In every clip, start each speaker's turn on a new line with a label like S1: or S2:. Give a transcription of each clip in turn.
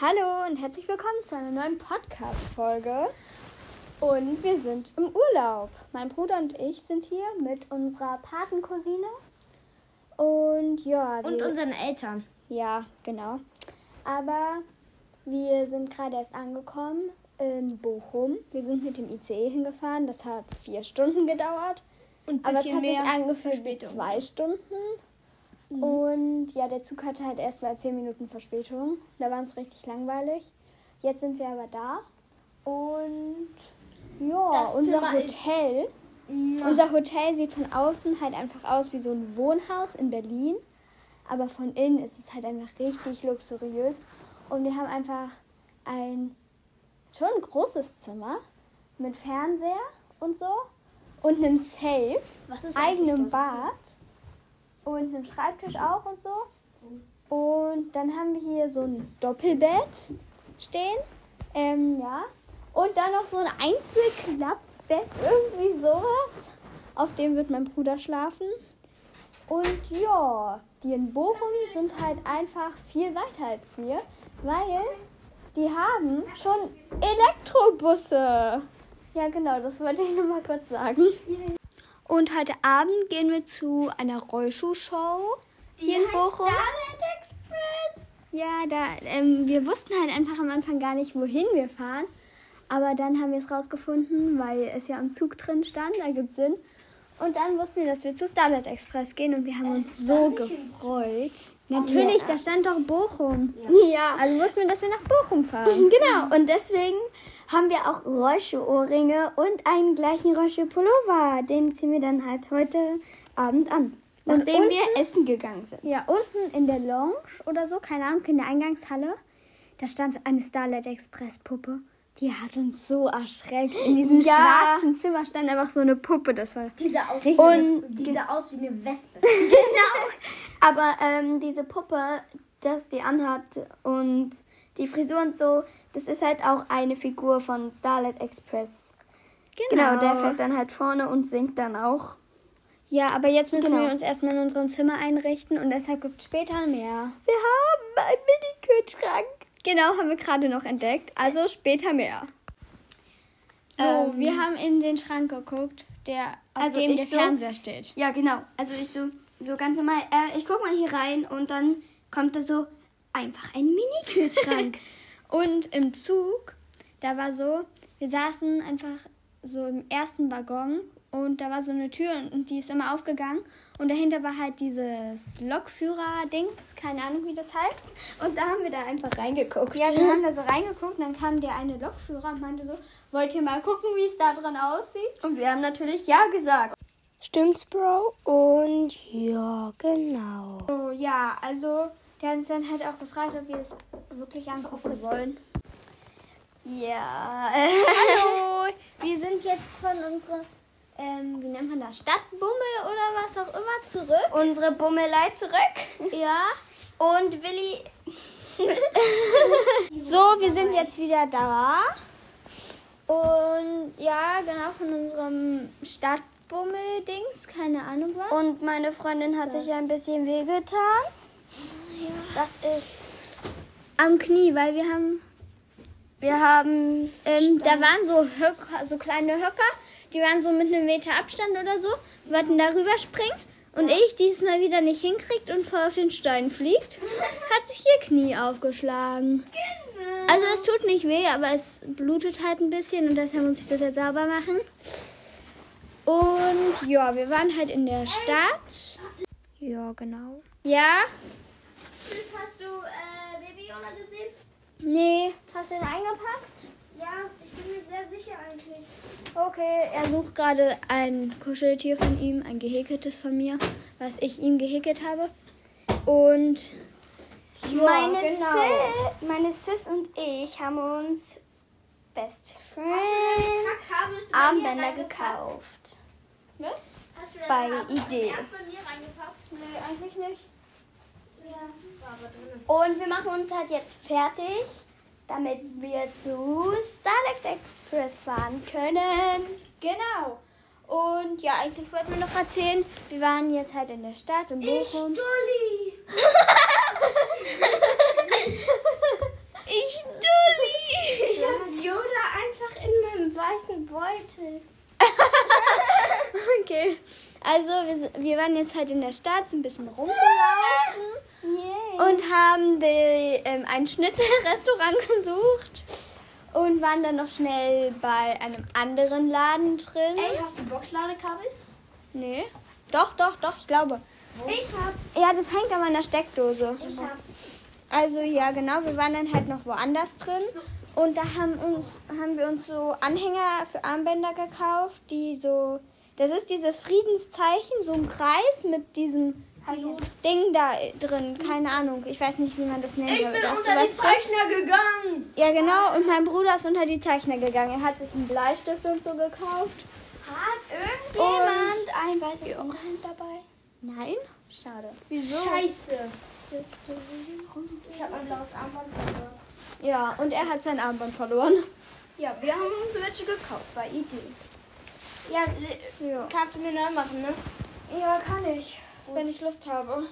S1: Hallo und herzlich willkommen zu einer neuen Podcast-Folge. Und wir sind im Urlaub. Mein Bruder und ich sind hier mit unserer Patencousine. Und ja, wir,
S2: Und unseren Eltern.
S1: ja, genau. Aber wir sind gerade erst angekommen in Bochum. Wir sind mit dem ICE hingefahren. Das hat vier Stunden gedauert.
S2: Und
S1: Aber es hat sich angefühlt wie zwei Stunden. Und ja, der Zug hatte halt erstmal 10 Minuten Verspätung. Da war uns richtig langweilig. Jetzt sind wir aber da. Und ja,
S2: Das
S1: unser
S2: Zimmer ist-
S1: Hotel. Unser Hotel sieht von außen halt einfach aus wie so ein Wohnhaus in Berlin. Aber von innen ist es halt einfach richtig luxuriös. Und wir haben einfach ein schon ein großes Zimmer mit Fernseher und so und einem Safe,
S2: Was ist
S1: eigenem
S2: eigentlich
S1: Bad und einem Schreibtisch auch und so. Und dann haben wir hier so ein Doppelbett stehen. Ähm, ja. Und dann noch so ein Einzelklappbett, irgendwie sowas. Auf dem wird mein Bruder schlafen. Und ja, die in Bochum sind halt einfach viel weiter als wir, weil die haben schon Elektrobusse. Ja, genau, das wollte ich nur mal kurz sagen. Und heute Abend gehen wir zu einer Rollschuhshow hier in Bochum.
S2: Express.
S1: Ja, da, ähm, wir wussten halt einfach am Anfang gar nicht, wohin wir fahren. Aber dann haben wir es rausgefunden, weil es ja am Zug drin stand, da gibt Sinn. Und dann wussten wir, dass wir zu Starlight Express gehen und wir haben uns so gefreut. Natürlich, da stand doch Bochum.
S3: Ja,
S1: Also wussten wir, dass wir nach Bochum fahren.
S3: genau. Und deswegen haben wir auch Rollschuh-Ohrringe und einen gleichen Rollschuh-Pullover. Den ziehen wir dann halt heute Abend an. Nachdem
S1: unten-
S3: wir essen gegangen sind.
S1: Ja, unten in der Lounge oder so, keine Ahnung, in der Eingangshalle, da stand eine Starlight Express Puppe. Die hat uns so erschreckt. In diesem
S3: Ja.
S1: schwarzen Zimmer stand einfach so eine Puppe. Das war
S2: Dieser aus,
S3: Und-
S2: dieser aus wie eine Wespe.
S3: Genau. Aber ähm, diese Puppe, das die anhat und die Frisur und so, das ist halt auch eine Figur von Starlight Express. Genau, der fährt dann halt vorne und singt dann auch.
S1: Ja, aber jetzt müssen
S3: Genau.
S1: wir uns erstmal in unserem Zimmer einrichten und deshalb gibt es später mehr.
S3: Wir haben einen Mini-Kühlschrank.
S1: Genau, haben wir gerade noch entdeckt. Also später mehr. So,
S3: Ähm.
S1: wir haben in den Schrank geguckt, der auf
S3: Also
S1: dem
S3: ich
S1: der
S3: so.
S1: Fernseher steht.
S3: Ja, genau. Also ich so, so ganz normal, äh, ich guck mal hier rein und dann kommt da so einfach ein Mini-Kühlschrank.
S1: Und im Zug, da war so, wir saßen einfach so im ersten Waggon und da war so eine Tür und die ist immer aufgegangen und dahinter war halt dieses Lokführer-Dings, keine Ahnung wie das heißt.
S3: und da haben wir da einfach reingeguckt.
S1: Ja, wir haben da so reingeguckt und dann kam der eine Lokführer und meinte so, wollt ihr mal gucken, wie es da drin aussieht?
S3: Und wir haben natürlich Ja gesagt.
S4: Stimmt's, Bro? Und ja, genau.
S1: So, Oh ja, also der hat uns dann halt auch gefragt, ob wir es wirklich angucken wollen.
S3: Ja. äh,
S1: Hallo, wir sind jetzt von unserer, ähm, wie nennt man das, Stadtbummel oder was auch immer zurück.
S3: Unsere Bummelei zurück.
S1: Ja,
S3: Und Willi.
S1: so, wir sind jetzt wieder da. Und ja, genau von unserem Stadtbummel-Dings, keine Ahnung was.
S3: Und meine Freundin hat sich ein bisschen wehgetan. Das ist.
S1: am Knie, weil wir haben
S3: Wir haben.
S1: Ähm, da waren so Höcker, so kleine Höcker, die waren so mit einem Meter Abstand oder so, wollten da rüberspringen und ich dieses Mal wieder nicht hinkriegt und voll auf den Stein fliegt, hat sich ihr Knie aufgeschlagen. Also es tut nicht weh, aber es blutet halt ein bisschen und deshalb muss ich das jetzt sauber machen. Und ja, wir waren halt in der Stadt.
S4: Ja, genau.
S1: Ja,
S2: Hast du äh, Baby-Yoda gesehen?
S1: nee,
S3: Hast du den eingepackt?
S2: Ja, ich bin mir sehr sicher eigentlich.
S1: Okay, er sucht gerade ein Kuscheltier von ihm, ein gehäkeltes von mir, was ich ihm gehäkelt habe. Und ja,
S3: meine,
S1: genau.
S3: Sis, meine Sis und ich haben uns Best Friends
S2: Kack,
S3: Armbänder gekauft.
S1: Was?
S2: Hast du deine
S3: Bei
S2: Haare
S3: Idee.
S2: Erst bei mir reingepackt.
S1: Nee, eigentlich nicht.
S2: Ja. War aber drinnen.
S3: Und wir machen uns halt jetzt fertig, damit wir zu Starlight Express fahren können.
S1: Genau. Und ja, eigentlich wollten wir noch erzählen, wir waren jetzt halt in der Stadt, in Bochum.
S2: Stulli!
S3: Ich
S2: Dolly! Ich habe Yoda einfach in meinem weißen Beutel.
S1: Okay. Also, wir, s- wir waren jetzt halt in der Stadt, so ein bisschen rumgelaufen und haben die, ähm, ein Schnitzelrestaurant gesucht und waren dann noch schnell bei einem anderen Laden drin.
S2: Ey, hast du Boxladekabel?
S1: Nee. Doch, doch, doch, ich glaube.
S2: Ich hab,
S1: Ja, das hängt an meiner Steckdose.
S2: ich hab.
S1: Also ja, genau, wir waren dann halt noch woanders drin und da haben uns haben wir uns so Anhänger für Armbänder gekauft, die so das ist dieses Friedenszeichen, so ein Kreis mit diesem Ding da drin, keine Ahnung, ich weiß nicht, wie man das nennt.
S2: Ich
S1: aber
S2: bin
S1: da ist
S2: unter die
S1: sowas drin.
S2: Zeichner gegangen.
S1: Ja, genau, und mein Bruder ist unter die Zeichner gegangen. Er hat sich einen Bleistift und so gekauft.
S2: Hat irgendjemand.
S1: Und ein weißes ja. Unterhemd dabei? Nein. Schade. Wieso?
S2: Scheiße. Ich hab mein blaues Armband verloren.
S1: Ja, und er hat sein Armband verloren.
S2: Ja, wir haben uns welche gekauft bei Idee. Ja,
S1: Ja.
S2: kannst du mir neu machen, ne?
S1: Ja, kann ich, wenn ich Lust habe.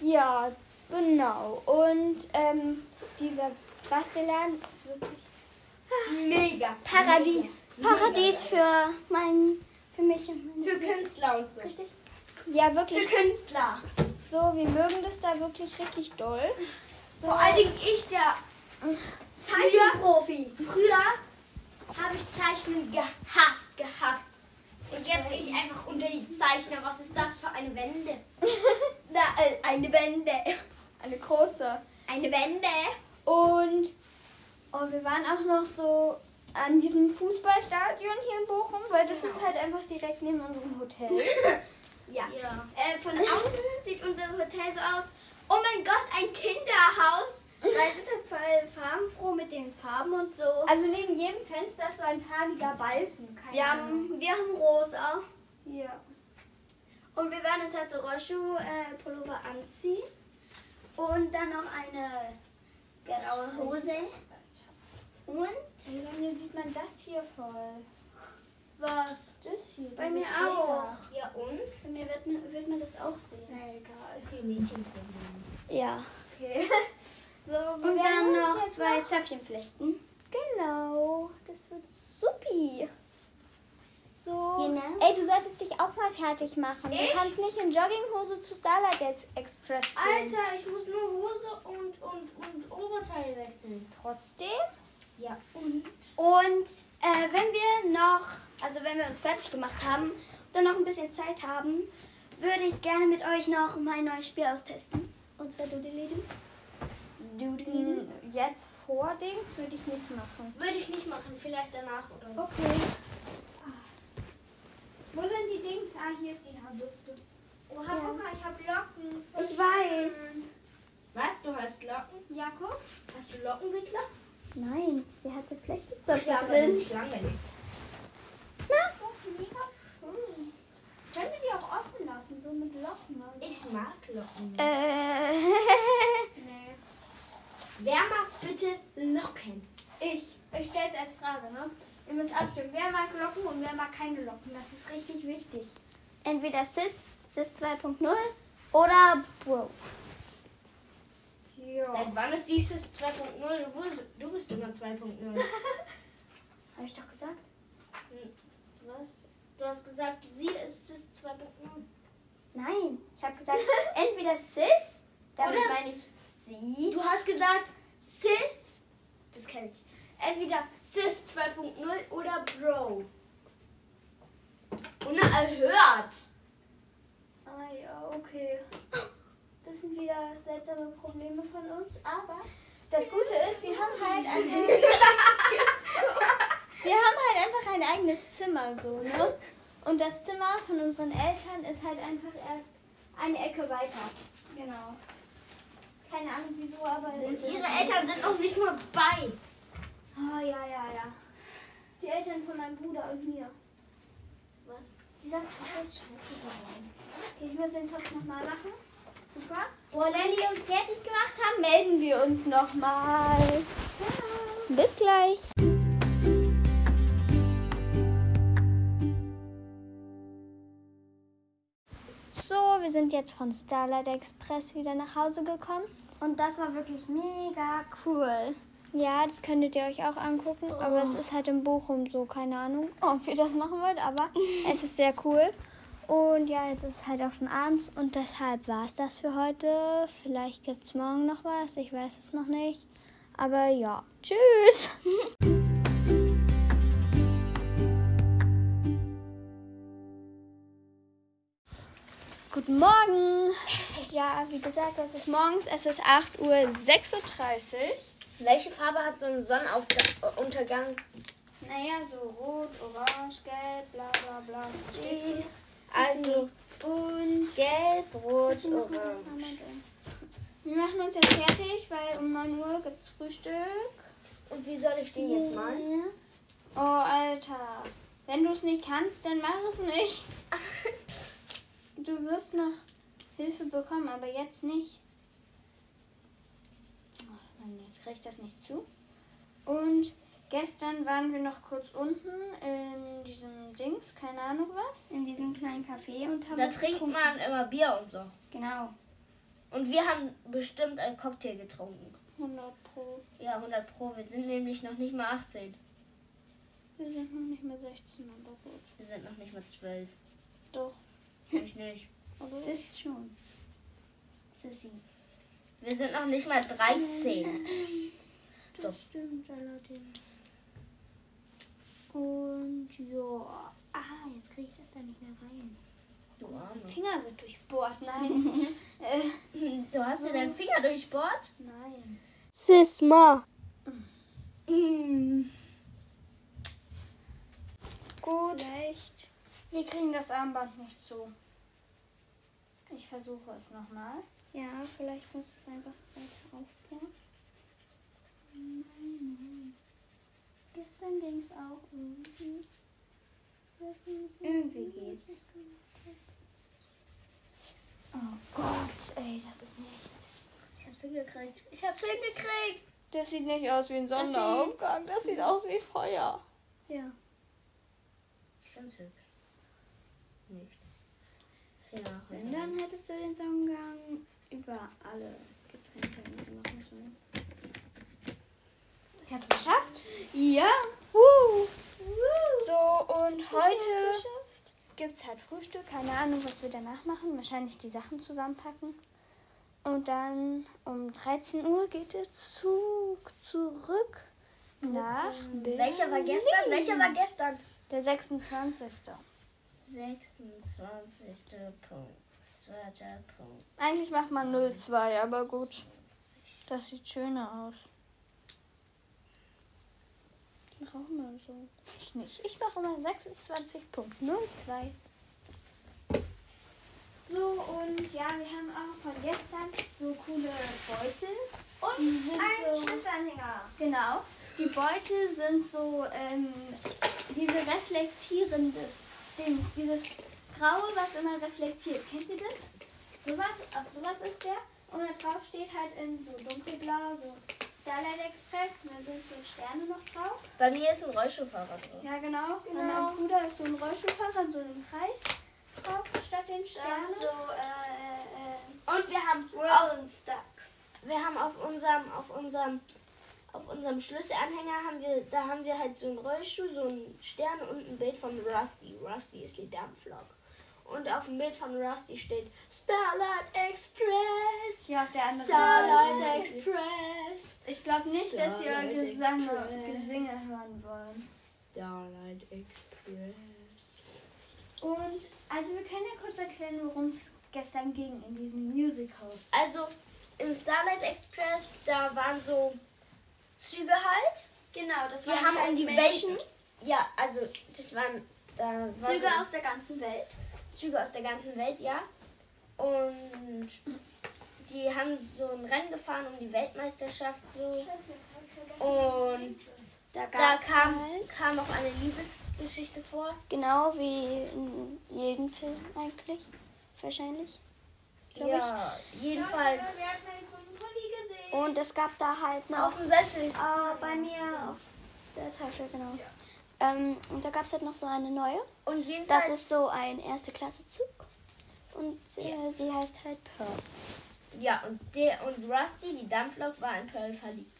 S1: Ja, genau. Und ähm, dieser Bastelladen ist wirklich
S2: Mega.
S1: Paradies. Paradies für mein, für mich. und meine-
S2: Für Künstler und so.
S1: Richtig? Ja, wirklich.
S2: Künstler.
S1: So, wir mögen das da wirklich richtig doll.
S2: Vor allen Dingen ich, der Zeichenprofi. Früher habe ich Zeichnen gehasst, gehasst. Und jetzt gehe ich einfach unter die Zeichner. Was ist das für eine Wende?
S3: äh, eine Wende.
S1: Eine große.
S3: Eine Wende.
S1: Und oh, wir waren auch noch so an diesem Fußballstadion hier in Bochum, weil das ist halt einfach direkt neben unserem Hotel.
S3: Ja.
S2: Ja.
S3: Äh, von außen sieht unser Hotel so aus. Oh mein Gott, ein Kinderhaus. Weil es ist halt voll farbenfroh mit den Farben und so.
S1: Also neben jedem Fenster ist so ein farbiger Balken. Keine
S3: Wir haben, wir haben rosa.
S1: Ja.
S3: Und wir werden uns halt so Roshu-Pullover anziehen. Und dann noch eine graue Hose. Und
S1: Hier sieht man das hier voll.
S2: Was?
S1: Das hier.
S3: bei mir auch. Ja, und? Bei mir wird, mir- wird man das auch sehen.
S1: Na egal.
S3: Ja.
S1: Okay. So, wir
S3: Und dann
S1: werden uns
S3: noch
S1: jetzt
S3: zwei Zöpfchen flechten.
S1: Genau. Das wird supi. So.
S3: Genau.
S1: Ey, du solltest dich auch mal fertig machen.
S2: Ich?
S1: Du kannst nicht in Jogginghose zu Starlight Ex- Express gehen.
S2: Alter, ich muss nur Hose und, und, und Oberteil wechseln.
S1: Trotzdem.
S2: Ja. Und?
S3: Und äh, wenn wir noch, also wenn wir uns fertig gemacht haben, dann noch ein bisschen Zeit haben, würde ich gerne mit euch noch mein neues Spiel austesten. Und zwar Doodle-Doo.
S1: Doodle. mhm, Jetzt vor Dings würde ich nicht machen.
S2: Würde ich nicht machen, vielleicht danach oder so.
S1: Okay. Wo sind die Dings? Ah, hier ist die Haarbürste.
S2: Oha, Oh, halt, guck mal, ich habe Locken.
S1: Ich weiß.
S2: Was? Du hast Locken?
S1: Ja, guck.
S2: Hast du Lockenwickler?
S1: Nein, sie hatte Flächenzopf
S2: Ja, aber
S1: drin.
S2: nicht lange nicht.
S1: Na, doch, mega schön. Können wir die auch offen lassen, so mit Lochen?
S2: Ich mag Locken.
S1: Äh.
S2: Nee. Wer mag bitte Locken?
S1: ich. Ich stelle es als Frage, ne? Ihr müsst abstimmen. Wer mag Locken und wer mag keine Locken? Das ist richtig wichtig.
S3: Entweder Sis, Sis 2.0 oder Bro.
S1: Ja.
S2: Seit wann ist dieses 2.0? Du bist- Du bist immer 2.0.
S3: Habe ich doch gesagt.
S2: Was? Du hast gesagt, sie ist es 2.0.
S3: Nein, ich habe gesagt, entweder Sis, damit
S2: Oder-
S3: meine ich sie.
S2: Du hast gesagt, Sis, das kenne ich. Entweder Sis 2.0 oder Bro. Unerhört.
S1: Ah ja, okay. Das sind wieder seltsame Probleme von uns, aber das Gute ist, wir haben halt einfach. wir haben halt einfach ein eigenes Zimmer so, ne? Und das Zimmer von unseren Eltern ist halt einfach erst eine Ecke weiter. Genau. Keine Ahnung wieso, aber es ist.
S2: Ihre Eltern sind noch nicht mal bei.
S1: Oh ja, ja, ja. Die Eltern von meinem Bruder und mir.
S2: Was?
S1: Die sagt, das ist scheiße. Okay, ich muss den Topf nochmal machen. Super.
S2: Boah, Lenny.
S1: wir uns fertig gemacht haben, melden wir uns nochmal. Bis gleich. So, wir sind jetzt von Starlight Express wieder nach Hause gekommen
S3: Und das war wirklich mega cool.
S1: Ja, das könntet ihr euch auch angucken, aber es ist halt in Bochum so, keine Ahnung, ob ihr das machen wollt, aber es ist sehr cool. Und ja, jetzt ist halt auch schon abends und deshalb war es das für heute. Vielleicht gibt es morgen noch was, ich weiß es noch nicht. Aber ja, tschüss! Guten Morgen! Ja, wie gesagt, es ist morgens, es ist 8.36 Uhr.
S2: Welche Farbe hat so ein Sonnenuntergang?
S1: Naja, so rot, orange, gelb, bla bla bla.
S2: Also
S1: Und
S2: gelb, rot, orange.
S1: orange. wir machen uns jetzt fertig, weil um 9 Uhr gibt's Frühstück.
S2: Und wie soll ich den jetzt malen?
S1: Oh, Alter. Wenn du es nicht kannst, dann mach es nicht. Du wirst noch Hilfe bekommen, aber jetzt nicht. Ach, Mann, jetzt krieg ich das nicht zu. Und gestern waren wir noch kurz unten in diesem Dings, keine Ahnung was.
S3: In diesem kleinen Café und haben
S2: Da trinkt man immer Bier und so.
S3: genau.
S2: Und wir haben bestimmt einen Cocktail getrunken.
S1: 100 Pro.
S2: Ja, 100 Pro. Wir sind nämlich noch nicht mal 18.
S1: Wir sind noch nicht mehr 16, aber gut.
S2: Wir sind noch nicht mal 12.
S1: Doch.
S2: Ich nicht.
S1: Aber
S3: Es ist schon. Sissy.
S2: Wir sind noch nicht mal 13. So.
S1: das stimmt allerdings. Und ja. Ah, jetzt kriege ich das da nicht mehr rein.
S2: Du Arme.
S1: Finger wird durchbohrt, nein. äh,
S2: Du hast dir deinen Finger durchbohrt?
S1: nein.
S4: Sisma.
S1: Mm. Gut. Vielleicht. Wir kriegen das Armband nicht zu. Ich versuche es nochmal.
S3: Ja, vielleicht musst du es einfach weiter aufbauen.
S1: Gestern ging es auch irgendwie. Ich weiß nicht,
S3: Irgendwie geht's.
S1: Oh Gott, ey, das ist nicht.
S2: Ich hab's hingekriegt. Ich hab's hingekriegt.
S1: Das sieht nicht aus wie ein Sonnenaufgang, das sieht aus wie Feuer.
S3: Ja.
S2: Ganz hübsch. Nicht. Ja,
S3: Wenn, dann hättest du den Songgang über alle Getränke machen sollen.
S1: Ich hab's geschafft.
S3: Ja.
S1: So, und heute gibt's halt Frühstück. Keine Ahnung, was wir danach machen. Wahrscheinlich die Sachen zusammenpacken. Und dann um 13 Uhr geht der Zug zurück nach Berlin.
S2: Welcher war gestern? Welcher war gestern?
S1: Der 26.
S2: 26. Punkt. Zweiter Punkt.
S1: Eigentlich macht man 02, aber gut. Das sieht schöner aus. Die rauchen immer so. Ich nicht. Ich mache immer 26.02. So, und ja, wir haben auch von gestern so coole Beutel. Und ein
S3: Schlüsselanhänger.
S1: Genau. Die Beutel sind so ähm, diese reflektierendes Dings, dieses graue, was immer reflektiert. Kennt ihr das? Sowas, aus sowas ist der. Und da drauf steht halt in so dunkelblau, so Starlight Express. Und da sind so Sterne noch drauf.
S2: Bei mir ist ein Rollschuhfahrer drin.
S1: Ja, genau. Und mein Bruder ist so ein Rollstuhlfahrer in so einem Kreis drauf, statt den Sternen.
S2: ne? äh, Und wir haben Rollenstuck. Wir haben auf unserem, auf unserem, auf unserem Schlüsselanhänger haben wir, da haben wir halt so einen Rollschuh, so einen Stern und ein Bild von Rusty. Rusty ist die Dampflok. Und auf dem Bild von Rusty steht Starlight Express.
S1: Ja, auf der anderen
S2: Starlight
S1: Seite.
S2: Express.
S1: Ich glaube nicht, dass ihr
S2: Starlight
S1: Gesange,
S2: Express.
S1: Gesinge hören wollen.
S2: Starlight Express.
S1: Und also wir können ja kurz erklären, worum es gestern ging in diesem Musical.
S2: Also im Starlight Express, da waren so Züge halt.
S3: Genau, das
S2: Die
S3: waren
S2: haben
S3: halt
S2: um die
S3: Menschen,
S2: Welt. Ja, also das waren da waren
S3: Züge
S2: so
S3: aus der ganzen Welt.
S2: Züge aus der ganzen Welt, ja. Und die haben so ein Rennen gefahren um die Weltmeisterschaft so. Und
S3: Da
S2: da
S3: gab's
S2: kam,
S1: halt
S2: kam auch eine Liebesgeschichte vor.
S3: genau wie in jedem Film eigentlich, wahrscheinlich. Glaub
S2: Ja, jedenfalls
S3: Und es gab da halt noch
S2: auf dem Sessel.
S3: äh, bei mir auf der Tasche, genau. Ähm, und da gab es halt noch so eine neue.
S2: Und jedenfalls
S3: Das ist so ein erste Klasse Zug. Und äh, sie heißt halt Pearl.
S2: Ja, und, der, und Rusty, die Dampflok, war in Pearl verliebt.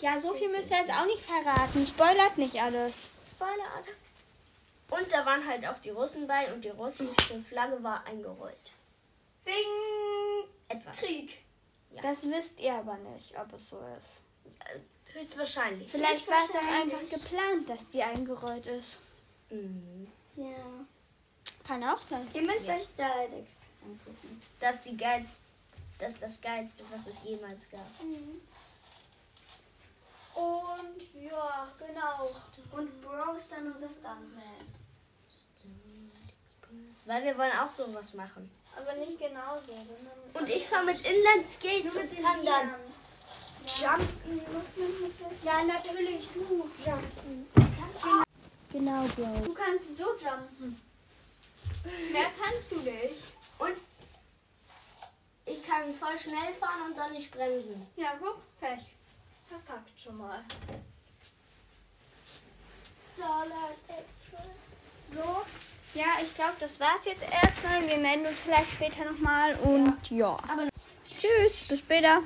S1: Ja, so viel müssen wir jetzt auch nicht verraten. Spoilert nicht alles.
S2: Spoiler. Und da waren halt auch die Russen bei und die russische Flagge war eingerollt.
S5: Wegen
S2: Etwas.
S5: Krieg.
S1: Das wisst ihr aber nicht, ob es so ist.
S2: Äh, Höchstwahrscheinlich.
S1: Vielleicht war es auch einfach geplant, dass die eingerollt ist.
S2: Mhm.
S3: Ja.
S1: Kann auch sein.
S3: Ihr müsst euch Starlight Express angucken.
S2: Das ist die geilste, das ist das geilste, was es jemals gab.
S3: Und ja, genau. Und Bro ist dann unser Stuntman.
S2: Weil wir wollen auch sowas machen.
S3: Aber nicht genauso, sondern
S2: Und ich fahre mit Inline Skates und kann dann jumpen.
S3: Ja, natürlich, du jumpen.
S1: Genau, Bro.
S3: Du kannst so jumpen. Mehr kannst du nicht.
S2: Und ich kann voll schnell fahren und dann nicht bremsen.
S3: Ja, guck, Pech. Verpackt schon mal.
S2: Starlight Express.
S1: So, ja, ich glaube, das war's jetzt erstmal. Wir melden uns vielleicht später nochmal und ja. Tschüss, bis später.